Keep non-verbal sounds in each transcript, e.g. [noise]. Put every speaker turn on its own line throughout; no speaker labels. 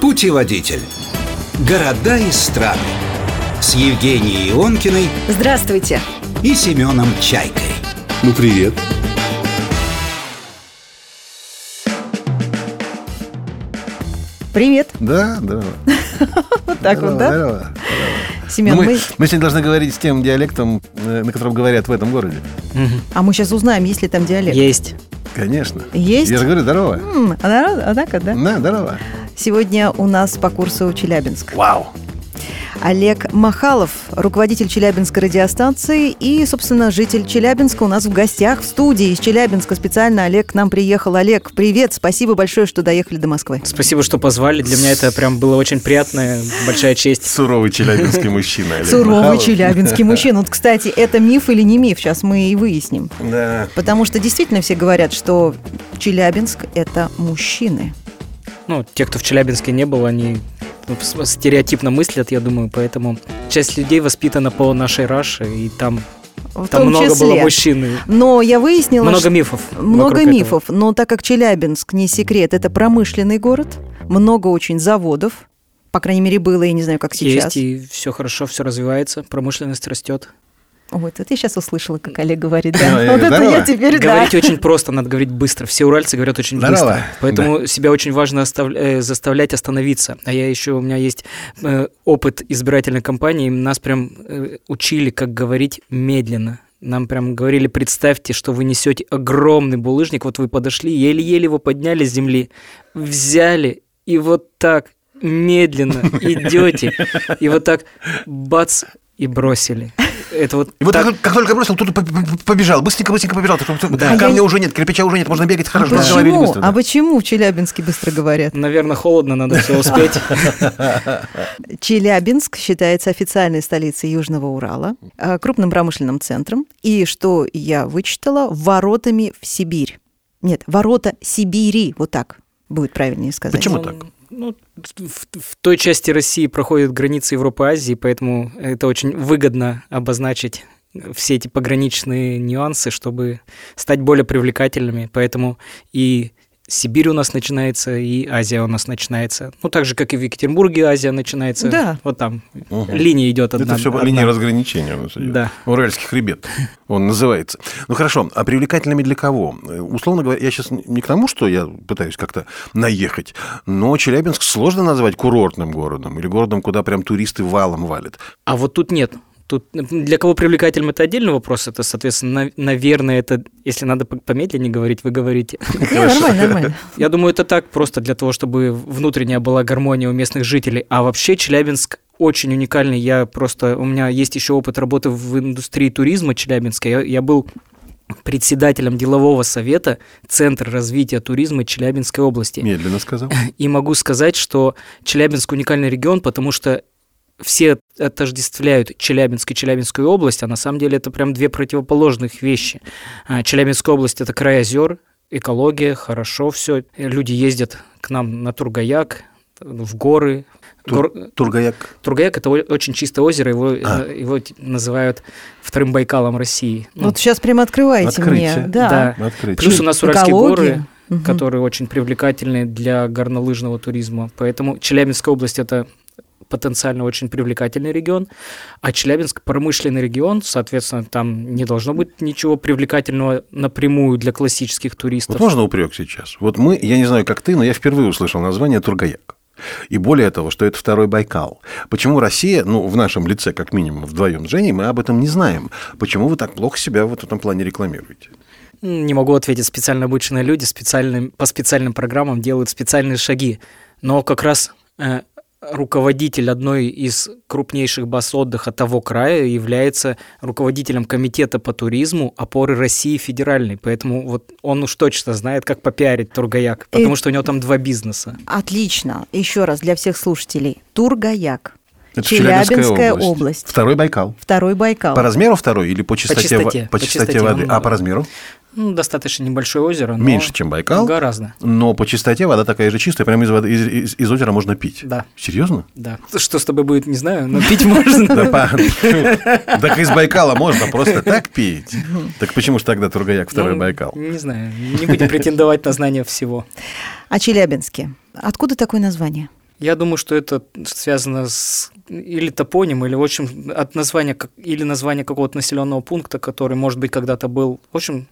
Путеводитель. Города и страны. С Евгенией Ионкиной
Здравствуйте!
и Семеном Чайкой.
Ну привет.
Привет!
Да, да.
Вот так вот, да?
Здорово.
Семен,
Ну, мы,
мы...
мы сегодня должны говорить с тем диалектом, э, на котором говорят в этом городе.
А мы сейчас узнаем, есть ли там диалект.
Есть.
Конечно.
Есть?
Я же говорю, здорово.
М, а да, Однако, да.
Да, здорово.
Сегодня у нас по курсу Челябинск.
Вау.
Олег Махалов, руководитель Челябинской радиостанции и, собственно, житель Челябинска у нас в гостях в студии из Челябинска. Специально Олег к нам приехал. Олег, привет, спасибо большое, что доехали до Москвы.
Спасибо, что позвали. Для меня это прям было очень приятно, большая честь.
Суровый челябинский мужчина. Олег
Суровый
Михайлов. [laughs]
челябинский мужчина. Вот, кстати, это миф или не миф, сейчас мы и выясним.
Да.
Потому что действительно все говорят, что Челябинск – это мужчины.
Ну, те, кто в Челябинске не был, они ну, с- стереотипно мыслят, я думаю, поэтому часть людей воспитана по нашей Раше, и там,
В
там
том
много
числе.
было мужчин.
Но я выяснила,
Много
что-
мифов.
Много
вокруг
мифов, но так как Челябинск не секрет, это промышленный город, много очень заводов, по крайней мере, было, я не знаю, как
этого.
сейчас.
Есть, и все хорошо, все развивается, промышленность растет.
Вот, это я сейчас услышала, как Олег говорит,
Ну, э,
да. Вот это
здорово.
я теперь, да.
Говорить очень просто, надо говорить быстро. Все уральцы говорят очень
Здорово.
быстро. Поэтому себя очень важно остав- э, заставлять остановиться. А я еще, у меня есть э, опыт избирательной кампании, нас прям э, учили, как говорить медленно. Нам прям говорили, представьте, что вы несете огромный булыжник, вот вы подошли, еле-еле его подняли с земли, взяли и вот так
[laughs]
медленно идете, и вот так бац, и бросили. Это вот
И вот
так
как, как только бросил, тут п- п- побежал. Быстренько-быстренько побежал. Так, так,
Да.
Камня
А я-
уже нет, кирпича уже нет, можно бегать
А
хорошо. Да. Говорили
почему?
быстро, да.
А почему в Челябинске быстро говорят?
Наверное, холодно, надо все успеть.
Челябинск считается официальной столицей Южного Урала, э, крупным промышленным центром, и, что я вычитала, воротами в Сибирь. Нет, ворота Сибири, вот так будет правильнее сказать.
Почему
Он,
так?
Ну, в, в той части России проходят границы Европы и Азии, поэтому это очень выгодно обозначить все эти пограничные нюансы, чтобы стать более привлекательными. Поэтому и Сибирь у нас начинается, и Азия у нас начинается. Ну, так же, как и в Екатеринбурге Азия начинается.
Да.
Вот там
Мгм.
линия идет одна.
Это все
одна.
линия разграничения у нас идет.
Да.
Уральский хребет он называется. Ну хорошо, а привлекательными для кого? Э, Условно говоря, я сейчас не к тому, что я пытаюсь как-то наехать, но Челябинск сложно назвать курортным городом или городом, куда прям туристы валом валят.
А вот тут нет. Тут для кого привлекательным это отдельный вопрос. Это, соответственно, на- наверное, это если надо по- помедленнее говорить, вы говорите.
Не, нормально, нормально.
[laughs]
Я думаю, это так просто для того, чтобы внутренняя была гармония у местных жителей. А вообще Челябинск очень уникальный. Я просто... У меня есть еще опыт работы в индустрии туризма Челябинска. Я, я был председателем делового совета Центра развития туризма Челябинской области.
Медленно сказал.
И могу сказать, что Челябинск уникальный регион, потому что все отождествляют Челябинск и Челябинскую область, а на самом деле это прям две противоположных вещи. А, Челябинская область – это край озер, экология, хорошо все. Люди ездят к нам на Тургаяк, в горы.
Тур-
Гор-
Тургаяк.
Тургаяк – это о- очень чистое озеро, его,
А.
э, его т- называют вторым Байкалом России. Ну,
Вот сейчас прямо открываете
Открытие.
мне. Да.
Да.
Открытие.
Плюс у нас Уральские
Экология.
горы,
Мгм.
которые очень привлекательны для горнолыжного туризма. Поэтому Челябинская область – это потенциально очень привлекательный регион, а Челябинск – промышленный регион, соответственно, там не должно быть ничего привлекательного напрямую для классических туристов.
Вот можно упрек сейчас? Вот мы, я не знаю, как ты, но я впервые услышал название Тургаяк. И более того, что это второй Байкал. Почему Россия, ну, в нашем лице, как минимум, вдвоем с Женей, мы об этом не знаем. Почему вы так плохо себя вот в этом плане рекламируете?
М, Не могу ответить, специально обученные люди специальным, по специальным программам делают специальные шаги, но как раз э, руководитель одной из крупнейших баз отдыха того края является руководителем комитета по туризму опоры России федеральной, поэтому вот он уж точно знает, как попиарить Тургаяк, потому что у него там два бизнеса.
Отлично. Еще раз для всех слушателей. Тургаяк.
Это
Челябинская, область.
Второй Байкал.
Второй Байкал.
По размеру второй или по частоте, во-
частоте.
по
По
частоте
частоте,
воды?
ну,
А
да.
по размеру?
Ну, достаточно небольшое озеро. но
Меньше, чем Байкал.
Гораздо,
Но по частоте вода такая же чистая, прямо из, воды- из- из- из озера можно пить.
Да.
Серьезно?
да. Что с тобой будет, не знаю, но пить [laughs] можно.
Да, по- [laughs] Так из Байкала можно просто так пить. Так почему же тогда Тургаяк, второй
Ну,
Байкал?
Не знаю, не будем претендовать на знание всего.
А Челябинске. Откуда такое название?
Я думаю, что это связано с или топоним, или, в общем, от названия, как- или название какого-то населенного пункта, который, может быть, когда-то был. В общем,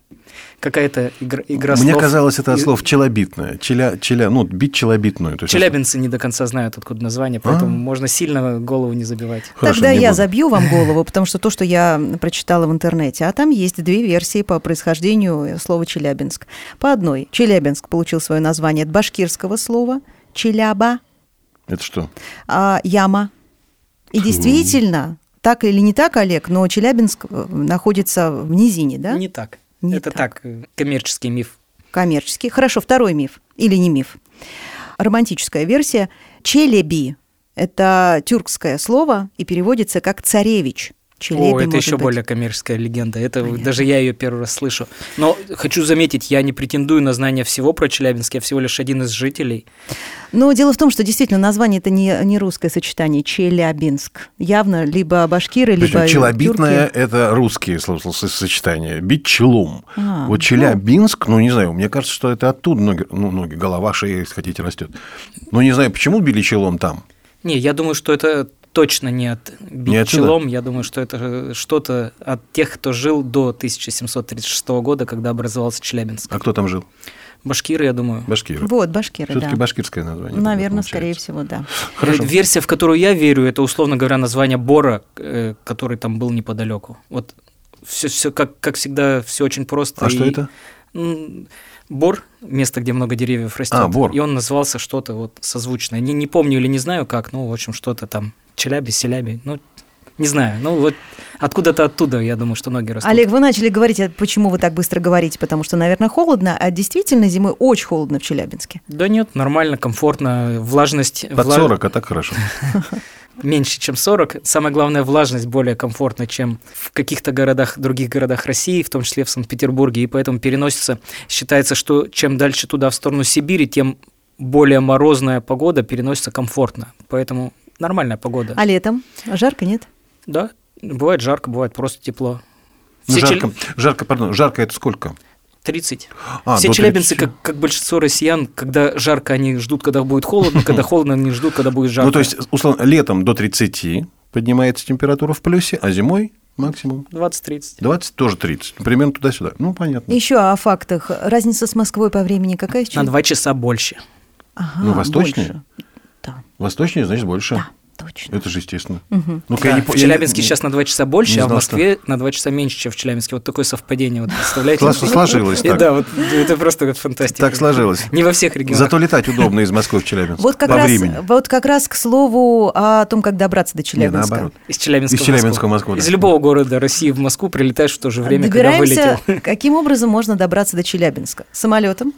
какая-то игра, игра
Мне
слов.
казалось, это от
И-
слов челобитное. Челя, челя, ну, бить челобитную. То есть-
Челябинцы не до конца знают, откуда название, поэтому
А?
можно сильно голову не забивать.
Хорошо,
Тогда
не
я
буду.
забью
[laughs]
вам голову, потому что то, что я прочитала в интернете, а там есть две версии по происхождению э, слова Челябинск. По одной, Челябинск получил свое название от башкирского слова «челяба»,
Это что?
а, яма. И действительно, так или не так, Олег, но Челябинск э, находится в низине, да?
Не так.
Не
это так. э, коммерческий миф.
Коммерческий. Хорошо, второй миф или не миф. Романтическая версия. Челеби – это тюркское слово и переводится как «царевич». Челеби,
О, это
может
еще
быть.
более коммерческая легенда. Это вот
Понятно.
даже я ее первый раз слышу. Но хочу заметить, я не претендую на знание всего про Челябинск, я всего лишь один из жителей.
Но дело в том, что действительно название это не, не русское сочетание Челябинск. Явно либо башкиры, либо
Причем челобитное
тюрки.
– это русские словосочетания. Бить челом.
А,
вот Челябинск, ну, не знаю, мне кажется, что это оттуда ноги, ну, ноги, голова, шея, если хотите, растет. Ну, не знаю, почему били челом там?
Не, я думаю, что это точно не от бить
Не отсюда?
челом. Я думаю, что это э, что-то от тех, кто жил до 1736 года, когда образовался Челябинск.
А кто там жил?
Башкиры, я думаю.
Башкиры.
Вот башкиры,
Все-таки
да.
башкирское название.
Наверное,
получается.
скорее всего, да.
Хорошо.
Э, Версия, в которую я верю, это, условно говоря, название Бора, э, который там был неподалеку. Вот все, все как, как всегда, все очень просто.
А что
и-
это?
М, Бор, место, где много деревьев растет.
А, Бор.
И он назывался что-то вот созвучное. Не, не помню или не знаю как, ну, в общем, что-то там. Челяби, селяби, ну, не знаю. Ну, вот откуда-то оттуда, я думаю, что ноги растут.
Олег, вы начали говорить, а почему вы так быстро говорите, потому что, наверное, холодно, а действительно зимой очень холодно в Челябинске.
Да нет, нормально, комфортно. Влажность...
Под
вла-
40, а так
[laughs]
хорошо.
меньше, чем 40. Самое главное, влажность более комфортна, чем в каких-то городах, других городах России, в том числе в Санкт-Петербурге, и поэтому переносится, считается, что чем дальше туда, в сторону Сибири, тем более морозная погода переносится комфортно. Поэтому нормальная погода.
А летом? Жарко, нет?
Да, бывает жарко, бывает просто тепло.
Ну,
Все чел-
жарко, жарко, пардон, жарко это сколько? Ну,
30.
А,
Все
до
челябинцы,
30.
как, как большинство россиян, когда жарко, они ждут, когда будет холодно,
[laughs]
когда холодно, они ждут, когда будет жарко.
Ну, то есть, условно, летом до 30 поднимается температура в плюсе, а зимой максимум
20-30.
20, тоже 30. Примерно туда-сюда. Ну, понятно.
Еще о фактах. Разница с Москвой по времени какая?
На
Чуть-
2 часа больше.
Ага,
Ну, восточнее.
больше. Да,
Восточнее, значит, больше.
да, точно.
Это же естественно. Ну,
Да, в Челябинске сейчас на 2 часа больше,
не
а в
знал, что-
Москве на 2 часа меньше, чем в Челябинске. Вот такое совпадение, вот представляете?
Классно сложилось
И
так.
Да, вот это просто фантастика.
Так сложилось.
Не во всех регионах.
Зато летать удобно из Москвы в Челябинск.
Вот как,
по
раз,
времени.
вот как раз к слову о том, как добраться до
Не,
Челябинска.
наоборот.
Из Челябинска
Из
в Москву.
Челябинска в Москву, да.
Из любого города России в Москву прилетаешь в то же время, когда
Добираемся,
вылетел. [laughs]
каким образом можно добраться до Челябинска? Самолетом?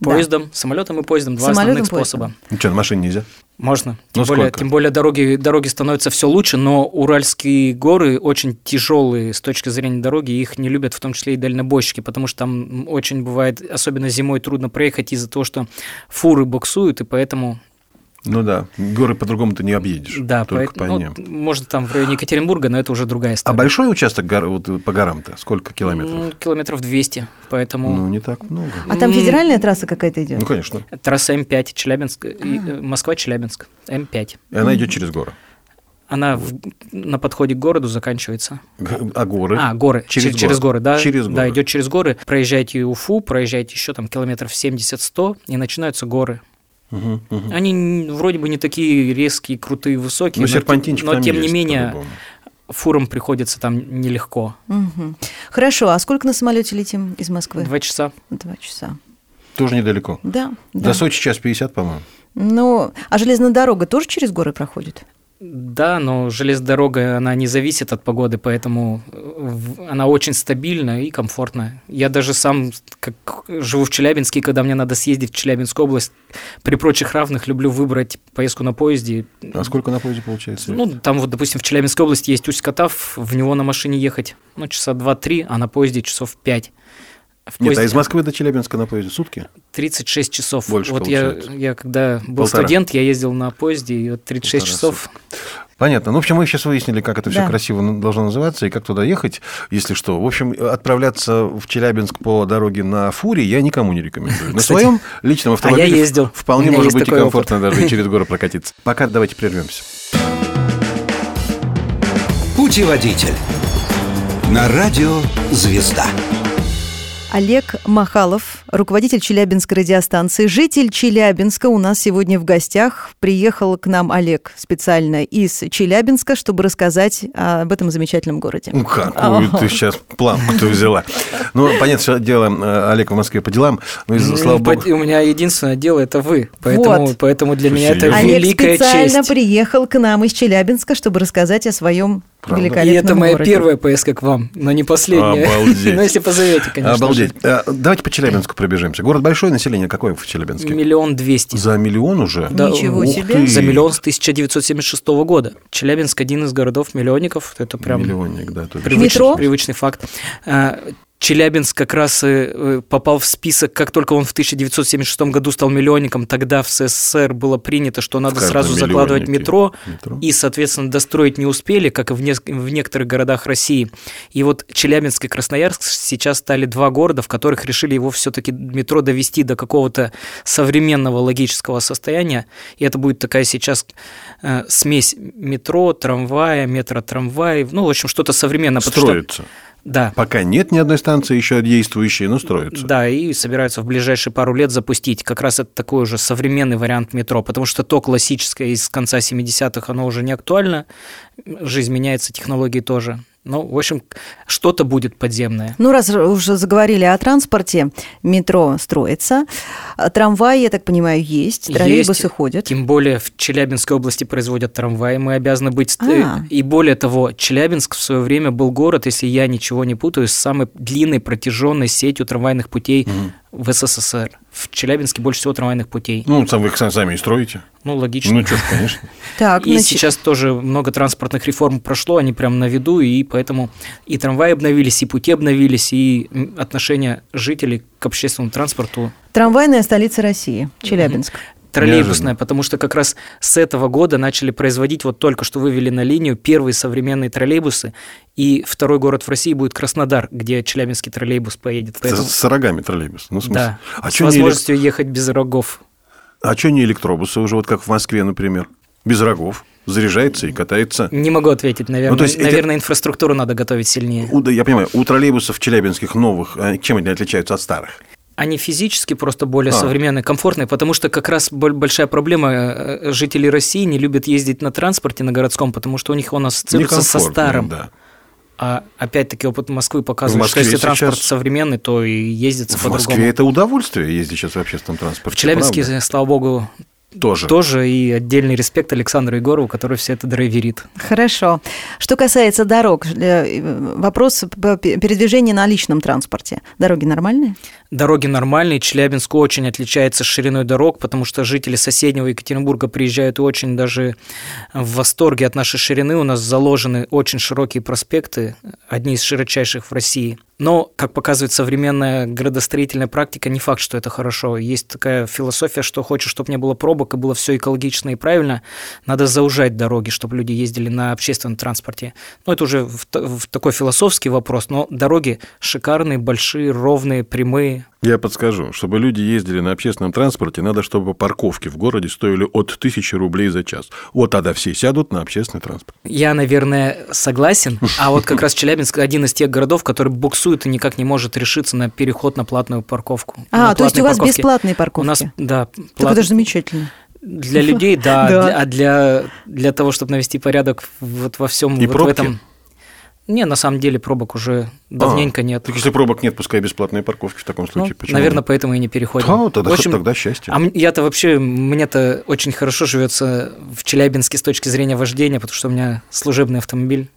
Поездом, самолетом и поездом. Два
Самолетом,
основных способа.
поездом.
Ну что, на машине нельзя?
Можно. Тем
Ну,
более,
сколько?
тем более дороги, дороги становятся все лучше, но Уральские горы очень тяжелые с точки зрения дороги, и их не любят в том числе и дальнобойщики, потому что там очень бывает, особенно зимой, трудно проехать из-за того, что фуры буксуют, и поэтому...
Ну да, горы по-другому-то не объедешь.
Да,
только
поэт-
по
ну,
ним.
можно там в районе Екатеринбурга, но это уже другая
А
история.
большой участок гор- вот, по горам-то? Сколько
Ну,
километров?
Километров 200, поэтому...
Ну, не так много.
А там
М.
федеральная трасса какая-то идет?
Ну, конечно.
Трасса М5, Челябинск, и, э, Москва-Челябинск, М5.
И она идет через горы.
Она в- на подходе к городу заканчивается.
Г- А горы?
А, горы.
Через
Через,
горы.
через горы, да.
Через
Да,
горы.
идет через горы. Проезжаете Уфу, проезжаете еще там километров 70-100, и начинаются горы.
Мгм, мгм.
Они н- вроде бы не такие резкие, крутые, высокие.
Ну,
но те-
серпантинчик
Но,
там
тем не
есть,
менее,
по-любому.
фурам приходится там нелегко.
Мгм. Хорошо, а сколько на самолете летим из Москвы?
Два часа.
Два часа.
Тоже недалеко.
Да, да.
До Сочи час 50, по-моему.
Ну, а железная дорога тоже через горы проходит?
Да, но железная дорога, она не зависит от погоды, поэтому э, в- она очень стабильна и комфортная. Я даже сам, как живу в Челябинске, и когда мне надо съездить в Челябинскую область, при прочих равных люблю выбрать поездку на поезде.
А сколько на поезде получается?
Ну, там вот, допустим, в Челябинской области есть Усть-Катав, в него на машине ехать, ну, часа 2-3, а на поезде часов 5. В
Нет, а
поезде
из Москвы до Челябинска на поезде сутки?
36 часов.
Больше
вот я,
получается.
я когда был
Полтора.
студент, я ездил на поезде, и вот 36
Полтора
часов
Понятно. Ну, в общем, мы сейчас выяснили, как это все
Да.
красиво на- должно называться и как туда ехать, если что. В общем, отправляться в Челябинск по дороге на фуре я никому не рекомендую. На
Кстати, а
своем личном автомобиле
я ездил.
вполне
У меня
может
есть
быть и
такой опыт.
комфортно даже
[laughs]
и через горы прокатиться. Пока давайте прервемся.
Путеводитель. На радио «Звезда».
Олег Махалов, руководитель Челябинской радиостанции, житель Челябинска у нас сегодня в гостях. Приехал к нам Олег специально из Челябинска, чтобы рассказать а, об этом замечательном городе.
Ну, Какую ты сейчас планку-то взяла. Ну, понятно, что дело, э, Олег в Москве по делам, ну, и,
Ну,
слава богу.
пот- У меня единственное дело это вы. Поэтому,
Вот.
поэтому для меня это
Слушай,
Олег
великая
специально
честь.
приехал к нам из Челябинска, чтобы рассказать о своем
Правда?
И
великолепном
это моя
городе.
первая поездка к вам, но не последняя. [laughs]
Обалдеть.
Ну, если позовете, конечно. же.
Обалдеть. Э, Давайте по Челябинску пробежимся. Город большой, население какое в Челябинске?
Миллион двести.
За миллион уже?
Да,
Ничего
Ух
себе.
ты.
За миллион с 1976 года. Челябинск один из городов миллионников. Это прям
Миллионник, да. то есть.
привычный,
Метро?
привычный факт. А, Челябинск как раз э, э, попал в список, как только он в 1976 году стал миллионником, тогда в СССР было принято, что надо
каждом
сразу закладывать
миллионнике.
метро,
Метро.
и, соответственно, достроить не успели, как и в, неск- в некоторых городах России. И вот Челябинск и Красноярск сейчас стали два города, в которых решили его все-таки метро довести до какого-то современного логического состояния. И это будет такая сейчас э, смесь метро, трамвая, метро-трамвай, ну, в общем, что-то современное. потому что-
Строится.
Да.
Пока нет ни одной станции еще действующей, но строится.
Да, и собираются в ближайшие пару лет запустить. Как раз это такой уже современный вариант метро, потому что то классическое из конца 70-х, оно уже не актуально. Жизнь меняется, технологии тоже. Ну, в общем, что-то будет подземное.
Ну, раз уже заговорили о транспорте, метро строится, а трамваи, я так понимаю, есть, троллейбусы
Есть.
ходят.
Тем более в Челябинской области производят трамваи, мы обязаны быть... ст-
А.
И более того, Челябинск в свое время был город, если я ничего не путаю, с самой длинной протяженной сетью трамвайных путей в СССР. В Челябинске больше всего трамвайных путей.
Ну, сам вы их сам- сами и строите.
Ну, логично.
Ну, что ж, конечно.
Так,
И
значит,
сейчас тоже много транспортных реформ прошло, они прям на виду, и поэтому и трамваи обновились, и пути обновились, и м, отношение жителей к общественному транспорту
трамвайная столица России, Челябинск.
троллейбусное,
Неожиданно.
потому что как раз с этого года начали производить, вот только что вывели на линию первые современные троллейбусы, и второй город в России будет Краснодар, где челябинский троллейбус поедет.
С
[laughs] Поэтому,
с рогами троллейбус. Ну, в смысле.
да,
А
с
чё не элек-
возможностью ехать без рогов.
а чё не электробусы уже, вот как в Москве, например? Без рогов. Заряжается и катается.
Не могу ответить, наверное.
Ну, то есть эти-
наверное, инфраструктуру надо готовить сильнее.
У- да, я понимаю, у троллейбусов челябинских новых, э, чем они отличаются от старых?
Они физически просто более
А.
современные, комфортные, потому что как раз боль- большая проблема э, жителей России не любят ездить на транспорте, на городском, потому что у них он ассоциируется со
Некомфортные,
старым.
Да.
А опять-таки опыт Москвы показывает,
В
что
Москве
если транспорт
сейчас-
современный, то и ездится
В
по-другому.
Москве это удовольствие ездить сейчас в общественном транспорте.
В Челябинске,
правда?
слава богу,
тоже.
тоже и отдельный респект Александру Егорову, который все это драйверит.
Хорошо. Что касается дорог, э, вопрос п- п- передвижения на личном транспорте. Дороги нормальные?
Дороги нормальные, Челябинск очень отличается шириной дорог, потому что жители соседнего Екатеринбурга приезжают и очень даже в восторге от нашей ширины. У нас заложены очень широкие проспекты, одни из широчайших в России. Но, как показывает современная градостроительная практика, не факт, что это хорошо. Есть такая философия, что хочешь, чтобы не было пробок и было все экологично и правильно, надо заужать дороги, чтобы люди ездили на общественном транспорте. Ну, это уже в, та- в такой философский вопрос, но дороги шикарные, большие, ровные, прямые.
Я подскажу, чтобы люди ездили на общественном транспорте, надо, чтобы парковки в городе стоили от 1000 рублей за час. Вот тогда все сядут на общественный транспорт.
Я, наверное, согласен. А вот как раз Челябинск один из тех городов, который буксует и никак не может решиться на переход на платную парковку.
А,
На
то есть у
платные
вас
парковки.
бесплатные парковки?
У нас, да,
Так
плат-
это же замечательно.
для людей,
Да.
да, а для- а для, для того, чтобы навести порядок вот во всем
И
вот в
пробки? А,
этом. Не, на самом деле пробок уже давненько нет.
Так если пробок нет, пускай бесплатные парковки в таком
Ну,
случае. Почему
наверное,
нет?
поэтому и не переходим.
Да, ну тогда,
В общем,
тогда счастье.
А м- я-то вообще, мне-то очень хорошо живется в Челябинске с точки зрения вождения, потому что у меня служебный автомобиль.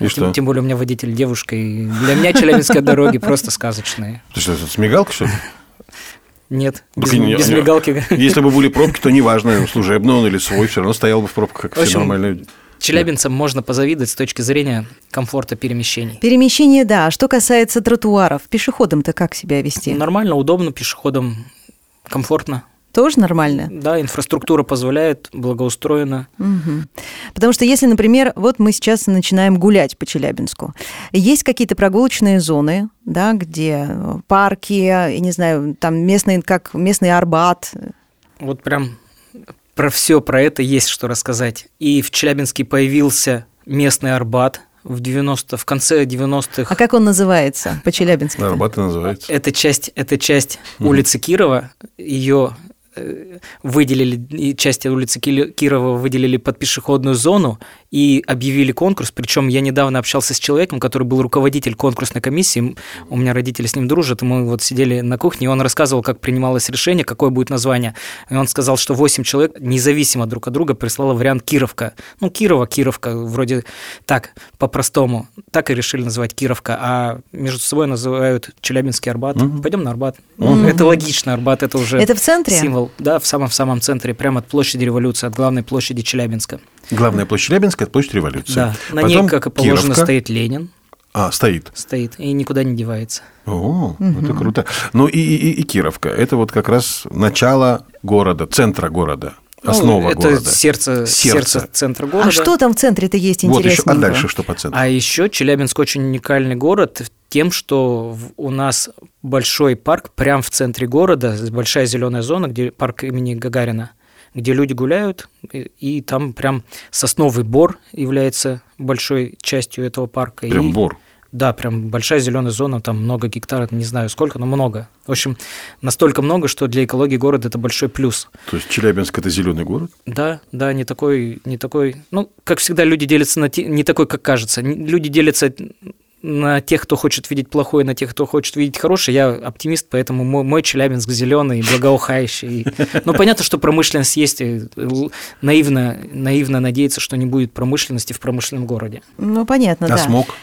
Ну,
И
тем,
что?
тем более у меня водитель девушка, и для меня челябинские дороги просто сказочные.
Ты что, с мигалкой,
[laughs]
что ли?
Нет,
Да,
без,
конечно,
без
не-
мигалки.
Если бы
[laughs]
были пробки, то неважно, служебный он или свой, все равно стоял бы в пробках, как
В
все
общем,
нормальные люди.
Челябинцам можно позавидовать с точки зрения комфорта перемещений.
Перемещение, да. А что касается тротуаров, пешеходам-то как себя вести?
Нормально, удобно, пешеходам комфортно.
Тоже нормально?
Да, инфраструктура позволяет, благоустроена.
Мгм. Потому что если, например, вот мы сейчас начинаем гулять по Челябинску, есть какие-то прогулочные зоны, да, где э, парки, я не знаю, там местный, как местный Арбат.
Вот прям про все про это есть что рассказать. И в Челябинске появился местный Арбат в 90 в конце 90-х.
А как он называется по Челябинску?
Арбат и называется.
Это часть, это часть
Мгм.
улицы Кирова, ее э, выделили, и часть улицы Кили- Кирова выделили под пешеходную зону и объявили конкурс. Причем я недавно общался с человеком, который был руководитель конкурсной комиссии. М, У меня родители с ним дружат, и мы вот сидели на кухне, и он рассказывал, как принималось решение, какое будет название. И он сказал, что 8 человек независимо друг от друга прислало вариант Кировка. Ну, Кирова, Кировка, вроде так, по-простому. Так и решили называть Кировка, а между собой называют Челябинский Арбат.
Мгм.
Пойдем на Арбат. Ну,
Мгм.
Это логично, Арбат это уже
Это в центре?
символ. Да, в самом-самом центре, прямо от площади революции, от главной площади Челябинска.
Главная площадь Челябинска – это площадь революции.
Да. На
Потом
ней, как и положено,
Кировка.
стоит Ленин.
А, стоит.
Стоит и никуда не девается.
О, это круто. Ну и, и- и Кировка. Это вот как раз начало города, центра города,
Ну,
основа
это
города.
сердце,
Сердце.
сердце. центра города.
А что там в центре-то есть
Вот еще,
интересненько?
а дальше что по центру?
А еще Челябинск очень уникальный город тем, что в- у нас большой парк прямо в центре города, с- большая зеленая зона, где парк имени Гагарина, где люди гуляют, и, и там прям сосновый бор является большой частью этого парка. И-
Прям бор.
Да, прям большая зеленая зона, там много гектаров, не знаю сколько, но много. В общем, настолько много, что для экологии города это большой плюс.
То есть Челябинск – это зеленый город?
Да, да, не такой, не такой. Ну, как всегда, люди делятся на те, не такой, как кажется. Н- Люди делятся на тех, кто хочет видеть плохое, на тех, кто хочет видеть хорошее. Я оптимист, поэтому мой, мой Челябинск зеленый, благоухающий. Ну, понятно, что промышленность есть. и л- Наивно, наивно надеяться, что не будет промышленности в промышленном городе.
Ну, понятно,
а
да.
смог?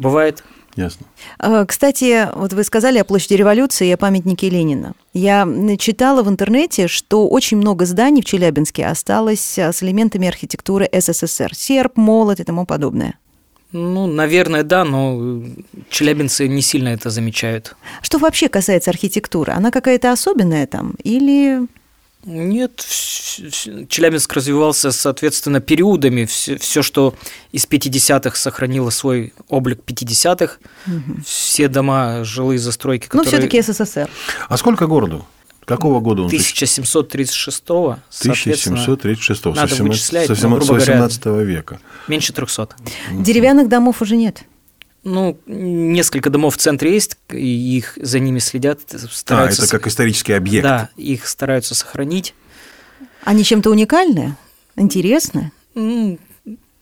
Бывает.
Ясно.
Э, Кстати, вот вы сказали о площади революции и о памятнике Ленина. Я м, читала в интернете, что очень много зданий в Челябинске осталось э, с элементами архитектуры СССР. Серп, молот и тому подобное.
Ну, наверное, да, но э, челябинцы не сильно это замечают.
Что вообще касается архитектуры? Она какая-то особенная там? Или... ну,
Нет, вс- вс- Челябинск развивался, соответственно, периодами. Все, что из 50-х сохранило свой облик 50-х. Все дома, жилые застройки,
Ну,
которые...
все-таки СССР.
А сколько городу? Какого года он
1736-го, соответственно,
1736 со
надо
17
вычислять,
со
ну,
17
грубо говоря.
18 века. А,
меньше 300.
Деревянных домов уже нет.
Ну, несколько домов в центре есть, и их за ними следят,
А,
стараются...
это
с-
как исторический объект.
Да, их стараются сохранить.
Они чем-то уникальны? Интересны?
Ну,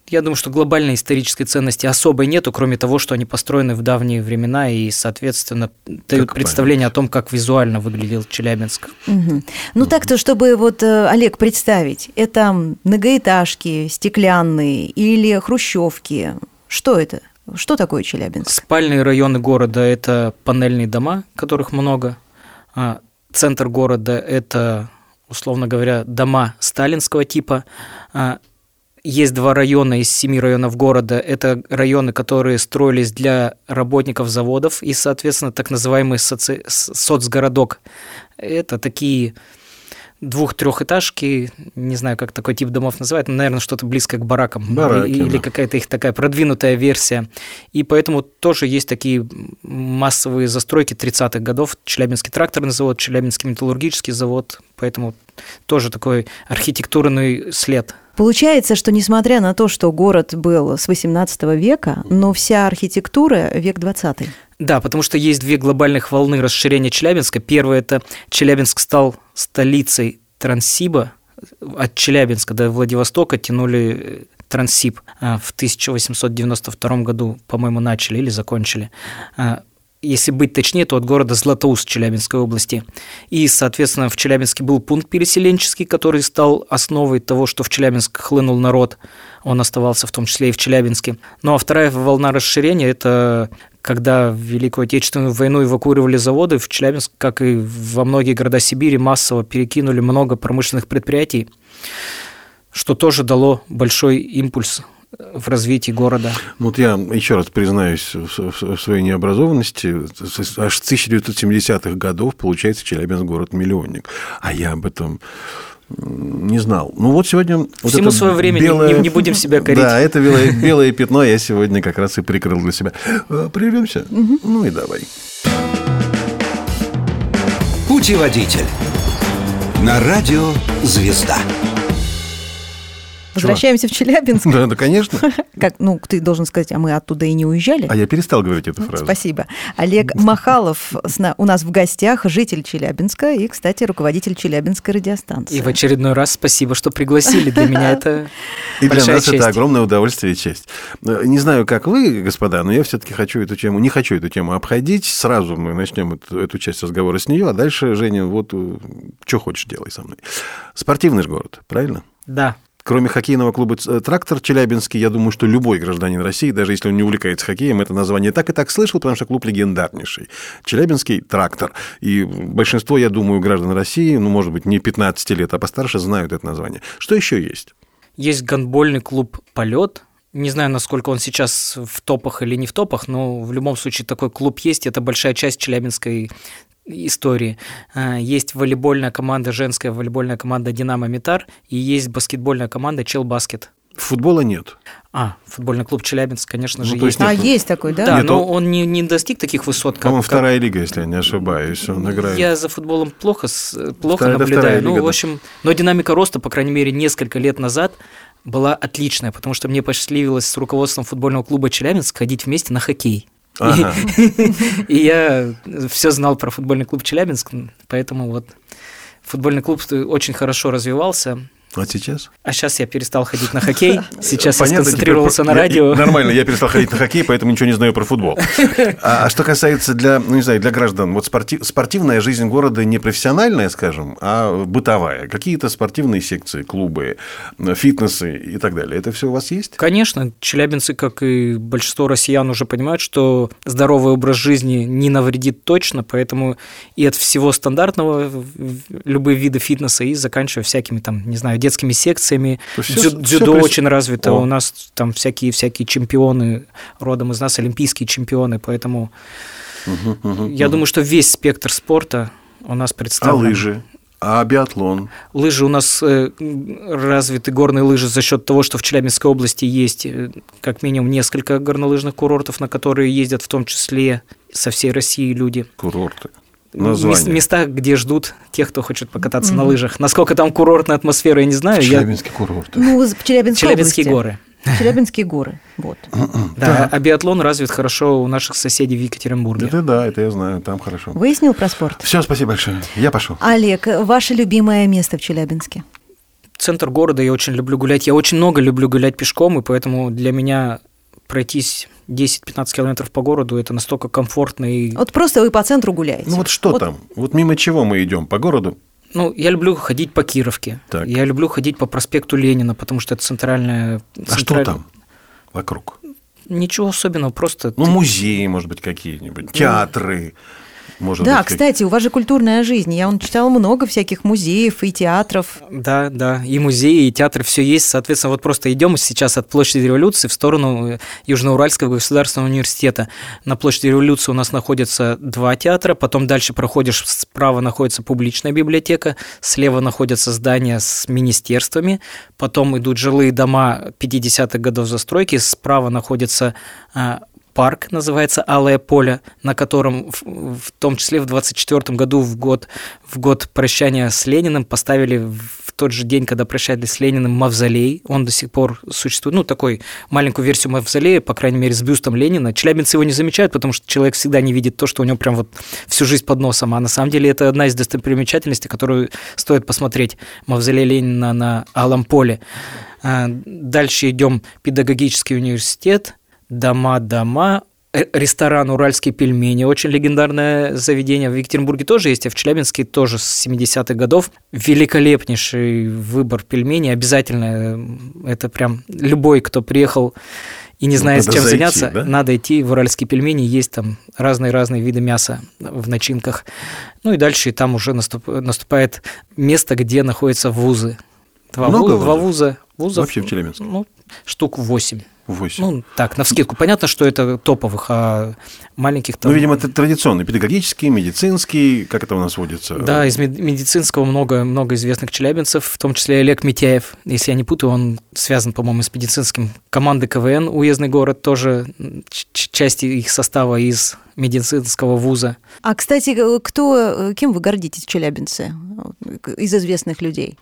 я думаю, что глобальной исторической ценности особой нету, кроме того, что они построены в давние времена и, соответственно, дают
Как
представление о том, как визуально выглядел Челябинск.
Мгм. Ну, так-то, чтобы вот, э, Олег, представить, это многоэтажки, стеклянные или хрущевки. Что это? Что такое Челябинск?
Спальные районы города – это панельные дома, которых много. А Центр города – это, условно говоря, дома сталинского типа. А Есть два района из семи районов города. Это районы, которые строились для работников заводов и, соответственно, так называемый соци- с- соцгородок. Это такие двух-трехэтажки, не знаю, как такой тип домов называют, но, наверное, что-то близкое к баракам.
Бараки,
или
да.
какая-то их такая продвинутая версия. И поэтому тоже есть такие массовые застройки 30-х годов. Челябинский тракторный завод, Челябинский металлургический завод. Поэтому тоже такой архитектурный след.
Получается, что несмотря на то, что город был с 18 века, но вся архитектура век 20
Да, потому что есть две глобальных волны расширения Челябинска. Первая – это Челябинск стал столицей Транссиба. От Челябинска до Владивостока тянули э, Транссиб. А, В 1892 году, по-моему, начали или закончили. А, Если быть точнее, то от города Златоуст Челябинской области. И, соответственно, в Челябинске был пункт переселенческий, который стал основой того, что в Челябинск хлынул народ. Он оставался в том числе и в Челябинске. Ну а вторая волна расширения – это когда в Великую Отечественную войну эвакуировали заводы, в Челябинск, как и во многие города Сибири, массово перекинули много промышленных предприятий, что тоже дало большой импульс в развитии города?
Вот я еще раз признаюсь в, в- в своей необразованности. С- с- Аж с 1970-х годов, получается, Челябинск город-миллионник. А я об этом м, не знал. Ну вот сегодня... вот
Всему
это
свое время, не- не- не будем себя корить.
Да, это белое, белое пятно я сегодня как раз и прикрыл для себя. Э, Прервемся? Ну и давай.
Путеводитель. На радио «Звезда».
Возвращаемся в Челябинск. [laughs]
Да, да, конечно.
Как, ну, ты должен сказать, а мы оттуда и не уезжали.
А я перестал говорить
[laughs]
Ну,
эту фразу.
Спасибо. Олег Махалов с на- у нас в гостях, житель Челябинска и, кстати, руководитель Челябинской радиостанции.
И в очередной раз спасибо, что пригласили. Для меня это
[laughs] И для
большая
нас
честь.
это огромное удовольствие и честь. Э, Не знаю, как вы, господа, но я все-таки хочу эту тему, не хочу эту тему обходить. Сразу мы начнем эту, эту часть разговора с нее, а дальше, Женя, вот что хочешь делай со мной. Спортивный же город, правильно?
Да.
Кроме хоккейного клуба «Ц- э, «Трактор» Челябинский, я думаю, что любой гражданин России, даже если он не увлекается хоккеем, это название так и так слышал, потому что клуб легендарнейший. Челябинский «Трактор». И большинство, я думаю, граждан России, ну, может быть, не 15 лет, а постарше, знают это название. Что еще есть?
Есть гандбольный клуб «Полет». Не знаю, насколько он сейчас в топах или не в топах, но в любом случае такой клуб есть. Это большая часть челябинской истории. А, Есть волейбольная команда, женская волейбольная команда «Динамо Метар» и есть баскетбольная команда «Челбаскет».
Футбола нет.
А, футбольный клуб «Челябинск»,
Ну,
конечно же,
то
есть.
есть
А
Нет, ну-
есть такой, да?
Да,
Нет,
но
он-
он не, не достиг таких высот, как...
По-моему,
как-
вторая лига, если я не ошибаюсь, он играет.
Я за футболом плохо, с- э, плохо
Вторая- это вторая
наблюдаю. Ну,
лига,
в
да.
общем, но динамика роста, по крайней мере, несколько лет назад была отличная, потому что мне посчастливилось с руководством футбольного клуба Челябинск ходить вместе на хоккей. И- [laughs]
Ага.
И я все знал про футбольный клуб Челябинск, поэтому вот футбольный клуб э, очень хорошо развивался.
А сейчас?
А сейчас я перестал ходить
[laughs]
на хоккей, сейчас я
Понятно,
сконцентрировался
теперь
на
про- я-
радио.
Нормально, я перестал ходить на хоккей, поэтому ничего не знаю про
[laughs]
футбол. А, а что касается для, ну не знаю, для граждан, вот спорти- спортивная жизнь города не профессиональная, скажем, а бытовая. Какие-то спортивные секции, клубы, э, фитнесы и так далее. Это все у вас есть?
Конечно, челябинцы, как и большинство россиян, уже понимают, что здоровый образ жизни не навредит точно, поэтому и от всего стандартного, в- в- любые виды фитнеса, и заканчивая всякими там, не знаю, детскими секциями.
То есть всё-
Дзю-
всё
дзюдо
проис-
очень развито,
О.
у нас там всякие-всякие чемпионы родом из нас, олимпийские чемпионы, поэтому я думаю, что весь спектр спорта у нас
А
представлен.
лыжи? А биатлон?
Лыжи у нас э, м, развиты горные лыжи за счет того, что в Челябинской области есть э, как минимум несколько горнолыжных курортов, на которые ездят в том числе со всей России люди. Ну,
Курорты?
Мес-
Название?
места, где ждут тех, кто хочет покататься на лыжах. Насколько там курортная атмосфера, я не знаю. Я-
Челябинские курорты.
Ну, из Челябинской области.
Челябинские горы.
[laughs] Челябинские горы, вот.
Да, а биатлон развит хорошо у наших соседей в Екатеринбурге.
Это да, это я знаю, там хорошо.
Выяснил про спорт?
Все, спасибо большое. Я пошел.
А,
Олег, ваше любимое место в Челябинске?
центр города я очень люблю гулять. Я очень много люблю гулять пешком, и поэтому для меня пройтись 10-15 километров по городу это настолько комфортно и
Вот просто вы по центру гуляете.
Ну вот что там? Вот мимо чего мы идем? По городу?
Ну, я люблю ходить по Кировке.
Так.
Я люблю ходить по проспекту Ленина, потому что это центральная...
А что
централь-
там вокруг?
Ничего особенного, просто...
Ну,
ты-
музеи, может быть,
Ну,
какие-нибудь, театры. Может
Да,
быть, как-
кстати, у вас же культурная жизнь. Я он читал много всяких музеев и театров.
Да, да, и музеи, и театры, все есть. Соответственно, вот просто идем сейчас от площади революции в сторону э, Южноуральского государственного университета. На площади революции у нас находятся два театра, потом дальше проходишь, справа находится публичная библиотека, слева находятся здания с министерствами, потом идут жилые дома 50-х годов застройки, справа находится а, парк, называется «Алое поле», на котором в, в том числе в 24 году, в год, в год прощания с Лениным, поставили в тот же день, когда прощались с Лениным, мавзолей. Он до сих пор существует. Ну, такой маленькую версию мавзолея, по крайней мере, с бюстом Ленина. Челябинцы его не замечают, потому что человек всегда не видит то, что у него прям вот всю жизнь под носом. А на самом деле это одна из достопримечательностей, которую стоит посмотреть. Мавзолей Ленина на Алом поле. А, Дальше идем педагогический университет, дома-дома, э, ресторан «Уральские пельмени», очень легендарное заведение. В Екатеринбурге тоже есть, а в Челябинске тоже с 70-х годов. Великолепнейший выбор пельменей, обязательно. э, Это прям любой, кто приехал и не
Ну,
знает, с
надо
чем
зайти,
заняться,
да?
надо идти в уральские пельмени, есть там разные-разные виды мяса в начинках. Ну и дальше там уже наступ- наступает место, где находятся вузы. Два,
Много
ву- два
вузов?
вуза. вузов.
Вообще в Челябинске?
Ну, штук 8.
Восемь.
Ну, так, на вскидку. Понятно, что это топовых, а маленьких там...
Ну, видимо, это традиционный, педагогический, медицинский, как это у нас водится?
Да, из мед- медицинского много, много известных челябинцев, в том числе Олег Митяев. Если я не путаю, он связан, по-моему, с медицинским. Команды КВН «Уездный город» тоже м, ч- ч- часть их состава из медицинского вуза.
А, кстати, э, кто, э, кем вы гордитесь, челябинцы, Вот, к- из известных людей?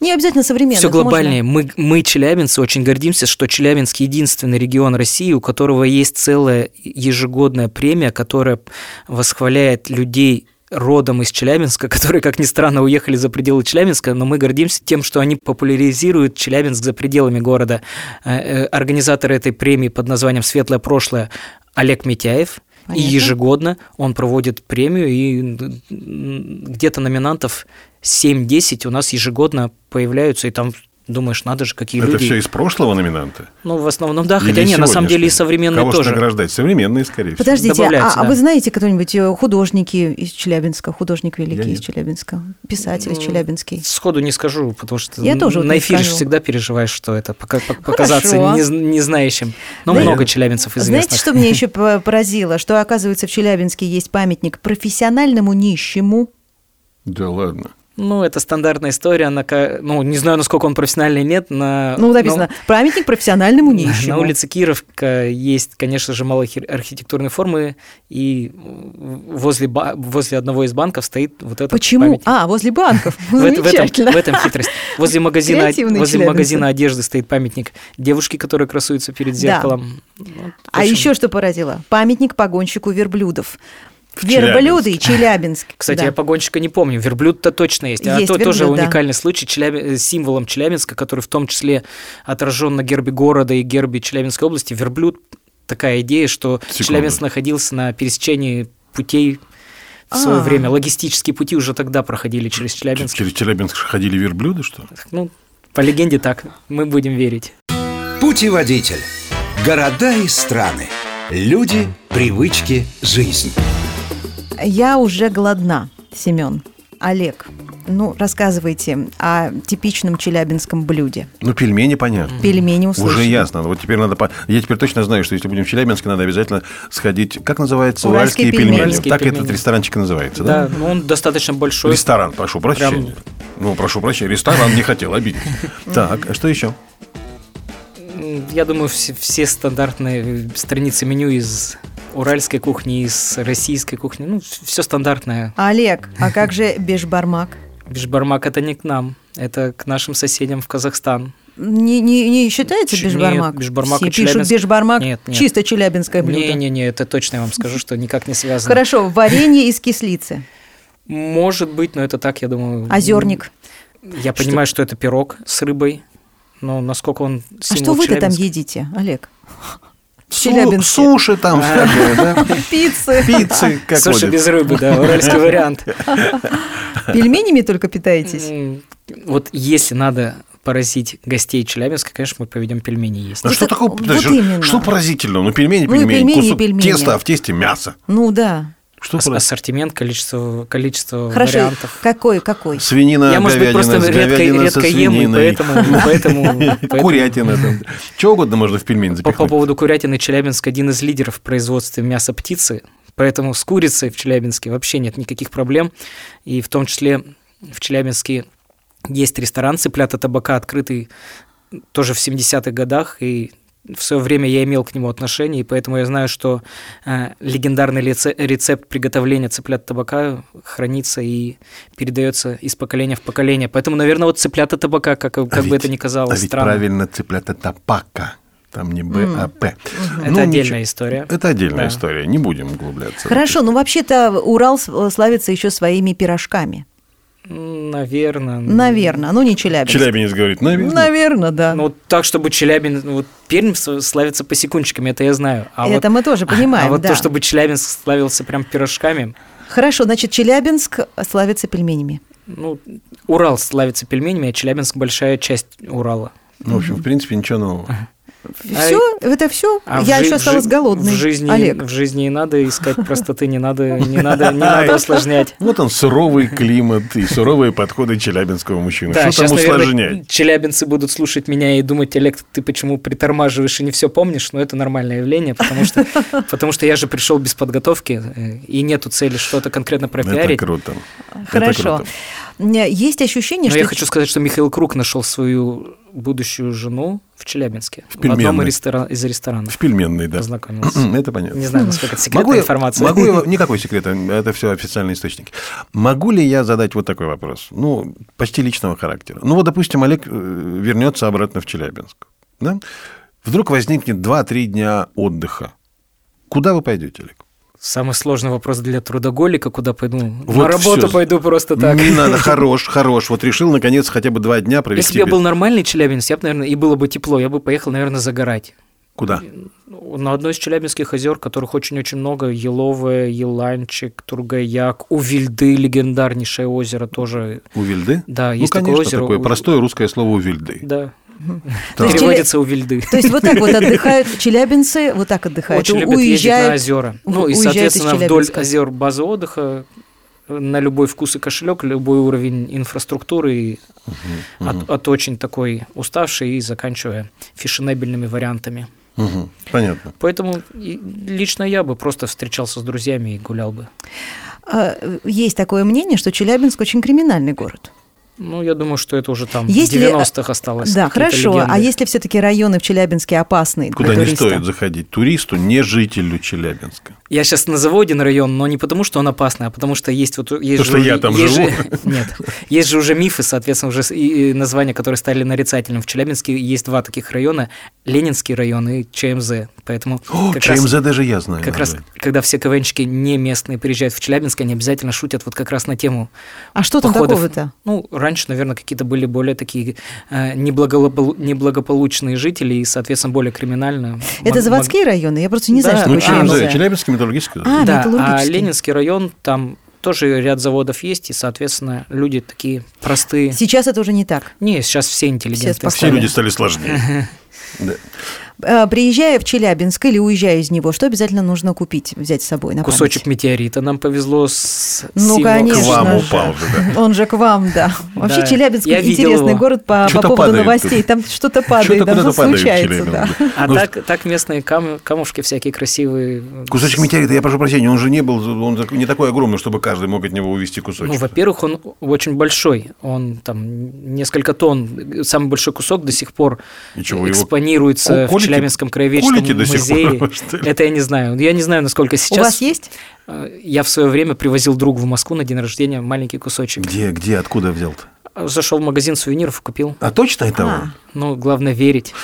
Не обязательно современных.
Все
можно-
глобальнее. Мы, мы, челябинцы, очень гордимся, что Челябинск единственный регион России, у которого есть целая ежегодная премия, которая восхваляет людей родом из Челябинска, [laughs] которые, как ни странно, уехали за пределы Челябинска, но мы гордимся тем, что они популяризируют Челябинск за пределами города. Э, э, Организаторы этой премии под названием «Светлое прошлое» Олег Митяев,
Понятно.
и ежегодно он проводит премию, и м, где-то номинантов 7-10 у нас ежегодно появляются, и там думаешь, надо же, какие
Это
люди.
все из прошлого номинанта?
Ну, в основном, да,
Или
хотя нет, на самом деле и
сегодняшнего?
современные
Кого же
тоже.
награждать? Современные, скорее всего.
Подождите, а-
добавляется,
а,
да.
вы знаете кто-нибудь э, художники из Челябинска, художник
Я
великий
нет.
из Челябинска, писатель из
Ну,
Челябинский?
Сходу не скажу, потому что
Я
м,
тоже вот
на
не
эфире же
скажу.
всегда переживаешь, что это пока- пок- показаться
Хорошо.
не, не знающим. Но
Знаете-
много челябинцев известных.
Знаете,
[laughs]
что меня еще по- поразило? Что, оказывается, в Челябинске есть памятник профессиональному нищему.
Да ладно.
Ну, это стандартная история, она, ка- ну, не знаю, насколько он профессиональный, нет, на...
Ну, написано, памятник профессиональному нищему.
На улице Кировка есть, конечно же, мало хи- архитектурной формы, и возле, ба- возле одного из банков стоит вот этот
Почему?
памятник.
А, возле банков.
[laughs] В, эт- в
Замечательно.
этом, в этом хитрость. Возле магазина,
Креативные
возле
челябинцы.
магазина одежды стоит памятник девушки, которая красуется перед
Да.
зеркалом. Ну, в
А
общем,
еще что поразило? Памятник погонщику верблюдов.
В
Верблюды и Челябинск.
Кстати,
да.
я погонщика не помню. Верблюд-то точно есть. а
Есть
то тоже
верблюд, да.
уникальный случай Челяби- э, символом Челябинска, который в том числе отражен на гербе города и гербе Челябинской области. Верблюд такая идея, что
Секунду.
Челябинск находился на пересечении путей в свое
А.
время. Логистические пути уже тогда проходили через Челябинск.
Через Челябинск ходили верблюды, что ли?
Ну, по легенде так. Мы будем верить.
Путеводитель. Города и страны. Люди, привычки, жизнь.
Я уже голодна, Семен. Олег, ну, рассказывайте о типичном челябинском блюде.
Ну, пельмени, понятно.
Пельмени
ну,
услышали.
Уже ясно. Вот теперь надо... по- Я теперь точно знаю, что если будем в Челябинске, надо обязательно сходить... Как называется?
Уральские пельмени.
Уральские
так
пельмени.
этот ресторанчик и называется, да?
Да, ну, он достаточно большой.
Ресторан, прошу прощения. Ну, прошу прощения, ресторан не хотел
[laughs]
обидеть. Так, а что еще?
М, Я думаю, все, все стандартные э, страницы меню из уральской кухни, из российской кухни. Ну, все стандартное.
Олег, а как
[laughs]
же бешбармак?
Бешбармак это не к нам, это к нашим соседям в Казахстан.
Не, не, не считается
Ч-
бешбармак?
нет, бешбармак
Все
и
пишут
челябинск-
бешбармак,
Нет, нет.
чисто челябинское Э, блюдо.
Не-не-не, это точно я вам скажу, что никак не связано.
Хорошо, варенье из кислицы,
Может быть, но это так, я думаю.
озерник.
Я понимаю, что это пирог с рыбой, но насколько он
А
символ
что вы-то там
Челябинска-
едите, Олег? В
Су-
Челябинске. [laughs]
Суши там, всякое, да?
Пиццы.
[laughs]
пиццы, как
А, Суши
водится.
без рыбы, да,
[laughs]
уральский вариант.
Пельменями только питаетесь?
М, Вот если надо поразить гостей Челябинска, конечно, мы поведем пельмени есть.
Ну, что
Это-
такого?
вот
подожди,
именно.
Что поразительного? Ну, пельмени,
Ну, и
пельмени,
пельмени, и
кусок
пельмени.
теста, а в тесте мясо.
Ну да.
Что
Ас-
поразительного?
ассортимент, количество, количество
Хорошо,
вариантов.
какой, какой?
Свинина,
я, может быть,
говядина,
просто
с
редко,
говядина
редко
со
ем, и
свининой.
поэтому...
[laughs]
поэтому, поэтому-
Курятина там. Чего угодно можно в пельмень
По, по
запихнуть.
поводу курятины Челябинск один из лидеров в производстве мяса птицы, поэтому с курицей в Челябинске вообще нет никаких проблем. И в том числе в Челябинске есть ресторан «Цыплята табака», открытый тоже в 70-х годах, и в свое время я имел к нему отношение, и поэтому я знаю, что э, легендарный лице- рецепт приготовления цыплят табака хранится и передается из поколения в поколение. Поэтому, наверное, вот цыплята табака, как, как
ведь-
бы это ни казалось
А ведь
странно,
правильно цыплята тапака. Там не Б, а П.
это
Ну,
отдельная
ничего.
история.
Это отдельная
Да.
история, не будем углубляться.
Хорошо, ну вообще-то Урал с- славится еще своими пирожками.
Наверное.
Наверное, ну не Челябинск.
Челябинец говорит, наверное.
Наверное, да.
Ну, так, чтобы Челябин... ну, Вот Пермь с- славится по секундчикам, это я знаю. А
Это
вот,
мы тоже
а
понимаем,
вот
да.
то, чтобы Челябинск славился прям пирожками...
Хорошо, значит, Челябинск славится пельменями.
Ну, Урал славится пельменями, а Челябинск – большая часть Урала.
Ну, в общем, в принципе, ничего нового.
В Все, это все.
А в
Я
жи-
еще осталась
жи-
голодной.
В жизни,
Олег.
в жизни не надо
[laughs]
искать простоты, не надо, не надо, не надо усложнять.
Вот он, суровый климат и суровые подходы челябинского мужчины.
Да,
Ну, Что
сейчас,
там
наверное,
усложнять?
челябинцы будут слушать меня и думать, Олег, ты почему притормаживаешь и не все помнишь, но это нормальное явление, потому что, [laughs] потому что я же пришел без подготовки, э, и нету цели что-то конкретно
Это
пропиарить.
круто.
Хорошо.
круто.
У меня Есть ощущение,
Но
что...
я хочу сказать, что Михаил Круг нашел свою будущую жену в Челябинске. В, одном
пельменной.
рестора- из ресторанов
В пельменной, да.
познакомился.
Это понятно.
Не знаю, насколько это секретная
Могу я-
информация.
Могу
[laughs]
я... Никакой секрета, это все официальные источники. Могу ли я задать вот такой вопрос? Ну, почти личного характера. Ну, вот, допустим, Олег э, вернется обратно в Челябинск. Да? Вдруг возникнет 2-3 дня отдыха. Куда вы пойдете, Олег?
Самый сложный вопрос для трудоголика, куда пойду.
Вот
На работу
всё.
пойду просто так.
Не надо, хорош, хорош. Вот решил, наконец, хотя бы два дня провести.
Если бы я
без-
был нормальный челябинец, я бы, наверное, и было бы тепло, я бы поехал, наверное, загорать.
Куда?
На одно из челябинских озер, которых очень-очень много, Еловое, Еланчик, Тургаяк, Увильды, легендарнейшее озеро тоже.
У Вильды?
Да,
Ну,
есть
конечно,
такое озеро.
такое
У-
простое русское слово у Вильды.
Да.
То
есть
Переводится Увильды.
То есть вот так
[laughs]
вот отдыхают челябинцы, вот так отдыхают.
Очень любят ездить на
уезжают.
озера.
у-
Ну и,
уезжают из
соответственно, вдоль
Челябинска.
озер база отдыха э, на любой вкус и кошелек, любой уровень инфраструктуры, и от, от очень такой уставшей и заканчивая фешенебельными вариантами.
Мгм. Понятно.
Поэтому и лично я бы просто встречался с друзьями и гулял бы.
А, э, Есть такое мнение, что Челябинск очень криминальный город.
Ну, я думаю, что это уже там в
Есть ли, э,
90-х осталось.
Да,
какие-то
хорошо. А
легенды.
если все-таки районы в Челябинске опасные для
Куда не
туриста?
стоит заходить? Туристу, не жителю Челябинска.
Я сейчас назову один район, но не потому, что он опасный, а потому что есть вот... Есть
То, что я там
есть
живу.
же- [laughs] нет. Есть же уже мифы, соответственно, уже с- и и названия, которые стали нарицательным. В Челябинске есть два таких района. Ленинский район и ЧМЗ. Поэтому
О,
как раз-
ЧМЗ даже я знаю.
Как раз,
название.
когда все КВНщики не местные приезжают в Челябинск, они обязательно шутят вот как раз на тему
А что там
походов.
такого-то?
Ну, раньше, наверное, какие-то были более такие э, неблагопол- неблагополучные жители и, соответственно, более криминально. Мог-
Это
мог-
заводские районы? Я просто не знаю,
Да,
что
Ну,
такое
а, ну
ЧМЗ,
ЧМЗ.
Челябинский металлургический завод.
А,
да, а
металлургический.
Ленинский район, там тоже ряд заводов есть, и, соответственно, люди такие простые.
Сейчас это уже не так.
Не, сейчас все интеллигентные.
спокойные.
Все люди стали сложнее. Да.
Э, Приезжая в Челябинск или уезжая из него, что обязательно нужно купить, взять с собой на
Кусочек
память?
метеорита нам повезло с
Ну,
сильно-
К
конечно
вам
же.
упал же,
[laughs]
да.
Он же к вам, да. Вообще
Да.
Челябинск
Я видел
интересный
его.
город по, по
Что-то
поводу
падает
новостей.
тут.
Там что-то падает,
Что-то
там
куда-то
что-то
падает в
случается, да.
Челябинске.
А
Ну,
так, так местные кам- камушки всякие красивые.
Кусочек метеорита, я прошу прощения, он же не был, он не такой огромный, чтобы каждый мог от него увести кусочек.
Ну, во-первых, он очень большой. Он там несколько тонн. Самый большой кусок до сих пор
И чего, его
экспонируется
ко- колите?
в Челябинском краеведческом
Колите до сих
музее.
пор, [laughs] что ли?
Это я не знаю. Я не знаю, насколько сейчас.
У вас есть?
Э, Я в свое время привозил другу в Москву на день рождения маленький кусочек.
Где, где, откуда взял-то?
Зашел в магазин сувениров, купил.
А точно это он?
Ну, главное верить.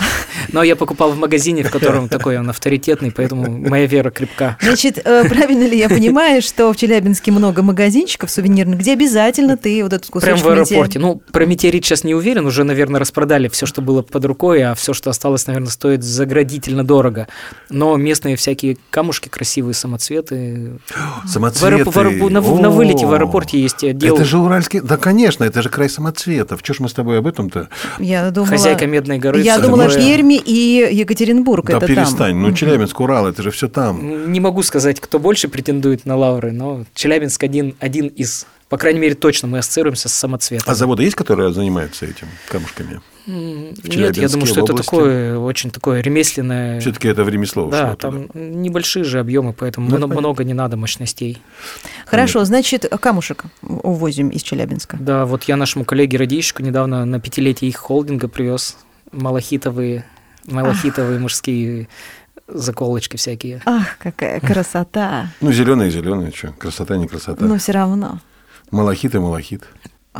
Но я покупал в магазине, в котором такой он авторитетный, поэтому моя вера крепка.
Значит, э, [laughs] правильно ли я понимаю, что в Челябинске много магазинчиков сувенирных, где обязательно ты вот этот кусочек
Прям в
метеорита-
аэропорте. Ну, про метеорит сейчас не уверен, уже, наверное, распродали все, что было под рукой, а все, что осталось, наверное, стоит заградительно дорого. Но местные всякие камушки красивые, самоцветы. В
Самоцветы.
аэроп- в аэропо- на, в- на вылете в аэропорте есть э, отдел.
Это же уральский... Да, конечно, это же край самоцветов. Чего ж мы с тобой об этом-то?
Я думала...
Хозяйка Медной горы.
Я
всё
думала,
такое.
Перми и Екатеринбург.
Да
это
перестань.
Там.
Ну, Челябинск, Урал, это же все там.
Не могу сказать, кто больше претендует на лавры, но Челябинск один, один из. По крайней мере, точно мы ассоциируемся с самоцветом.
А заводы есть, которые занимаются этим камушками?
М, Нет,
Челябинске,
я думаю, что
в
это
области?
такое очень такое ремесленное.
Все-таки это в ремесло
Э. Да,
ушло туда.
там небольшие же объемы, поэтому
Ну,
мно-
понятно.
много не надо мощностей.
Хорошо, значит, камушек увозим из Челябинска.
Да, вот я нашему коллеге Радищику недавно на пятилетие их холдинга привез малахитовые, малахитовые мужские заколочки всякие.
Ах, какая красота!
Ну, зеленое, зеленое, что? Красота, не красота.
Ну.
Но все равно.
Малахит и малахит.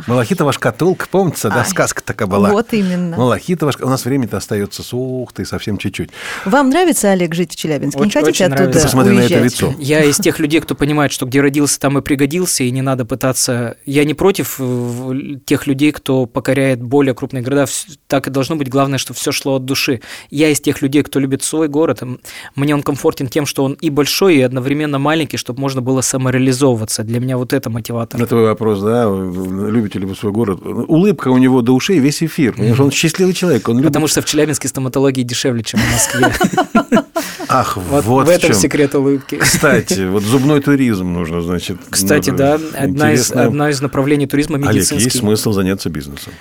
Малахитова шкатулка, помните, да,
Ай.
сказка такая была. Ну.
Вот именно.
Малахитова шка- У нас время-то остается, сух ты, совсем чуть-чуть.
Вам нравится, Олег, жить в Челябинске? Не
Очень-
хотите
очень
оттуда
нравится.
Посмотри на это
уезжать?
лицо.
Я из тех людей, кто понимает, что где родился, там и пригодился, и не надо пытаться... Я не против э, в- тех людей, кто покоряет более крупные города. Вс- Так и должно быть. Главное, что все шло от души. Я из тех людей, кто любит свой город. М, Мне он комфортен тем, что он и большой, и одновременно маленький, чтобы можно было самореализовываться. Для меня вот это мотиватор.
На твой вопрос, да, любите жителей в свой город. Улыбка у него до ушей весь эфир. Потому что он счастливый человек. Он любит...
Потому что в Челябинске стоматологии дешевле, чем в Москве.
Ах, вот,
[laughs] Вот в этом
чем.
секрет улыбки.
Кстати, вот зубной туризм нужно, значит.
Кстати,
надо.
Ну, да, одна из,
Интересно.
одна из направлений туризма
Олег,
медицинский.
есть смысл заняться бизнесом?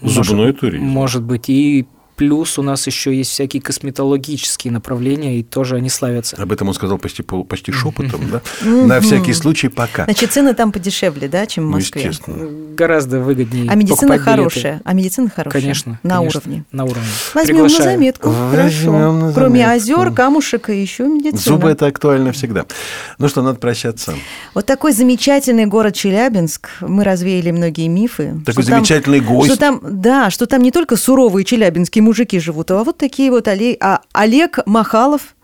Может-
Зубной туризм.
Может быть. И плюс у нас еще есть всякие косметологические направления, и тоже они славятся.
Об этом он сказал почти, пол- почти шепотом, да? На всякий случай пока.
Значит, цены там подешевле, да, чем в
Ну,
Москве?
естественно.
Гораздо выгоднее.
А медицина
покупать билеты.
хорошая. А медицина хорошая.
Конечно.
На
конечно,
уровне.
На уровне.
Возьмем
Приглашаю.
на заметку.
Возьмем
Хорошо.
на
Кроме
заметку.
озер, камушек и еще медицина.
Зубы – это актуально всегда. Ну что, надо прощаться.
Вот такой замечательный город Челябинск. Мы развеяли многие мифы.
Такой
Что там-
замечательный гость.
Что там, да, что там не только суровые челябинские мужики живут, а вот такие вот Оле- а Олег Махалов,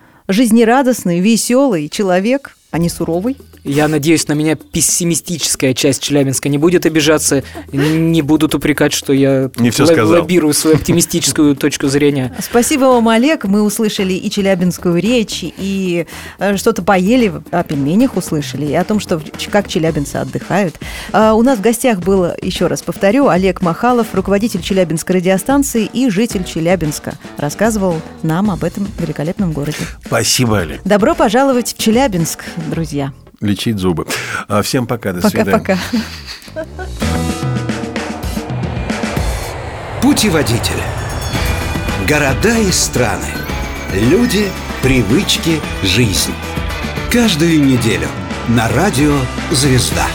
жизнерадостный, веселый человек, а не суровый.
Я надеюсь, на меня пессимистическая часть Челябинска не будет обижаться, не будут упрекать, что я
Не всё
лоб-
сказал.
лоббирую свою оптимистическую точку зрения.
Спасибо вам, Олег. Мы услышали и челябинскую речь, и э, что-то поели, о пельменях услышали, и о том, что в- ч- как челябинцы отдыхают. А У нас в гостях был, еще раз повторю, Олег Махалов, руководитель Челябинской радиостанции и житель Челябинска. Рассказывал нам об этом великолепном городе.
Спасибо, Олег.
Добро пожаловать в Челябинск, друзья.
Лечить зубы. А, Всем пока, до свидания.
Пока-пока.
Путеводитель. Города и страны. Люди, привычки, жизнь. Каждую неделю на радио «Звезда».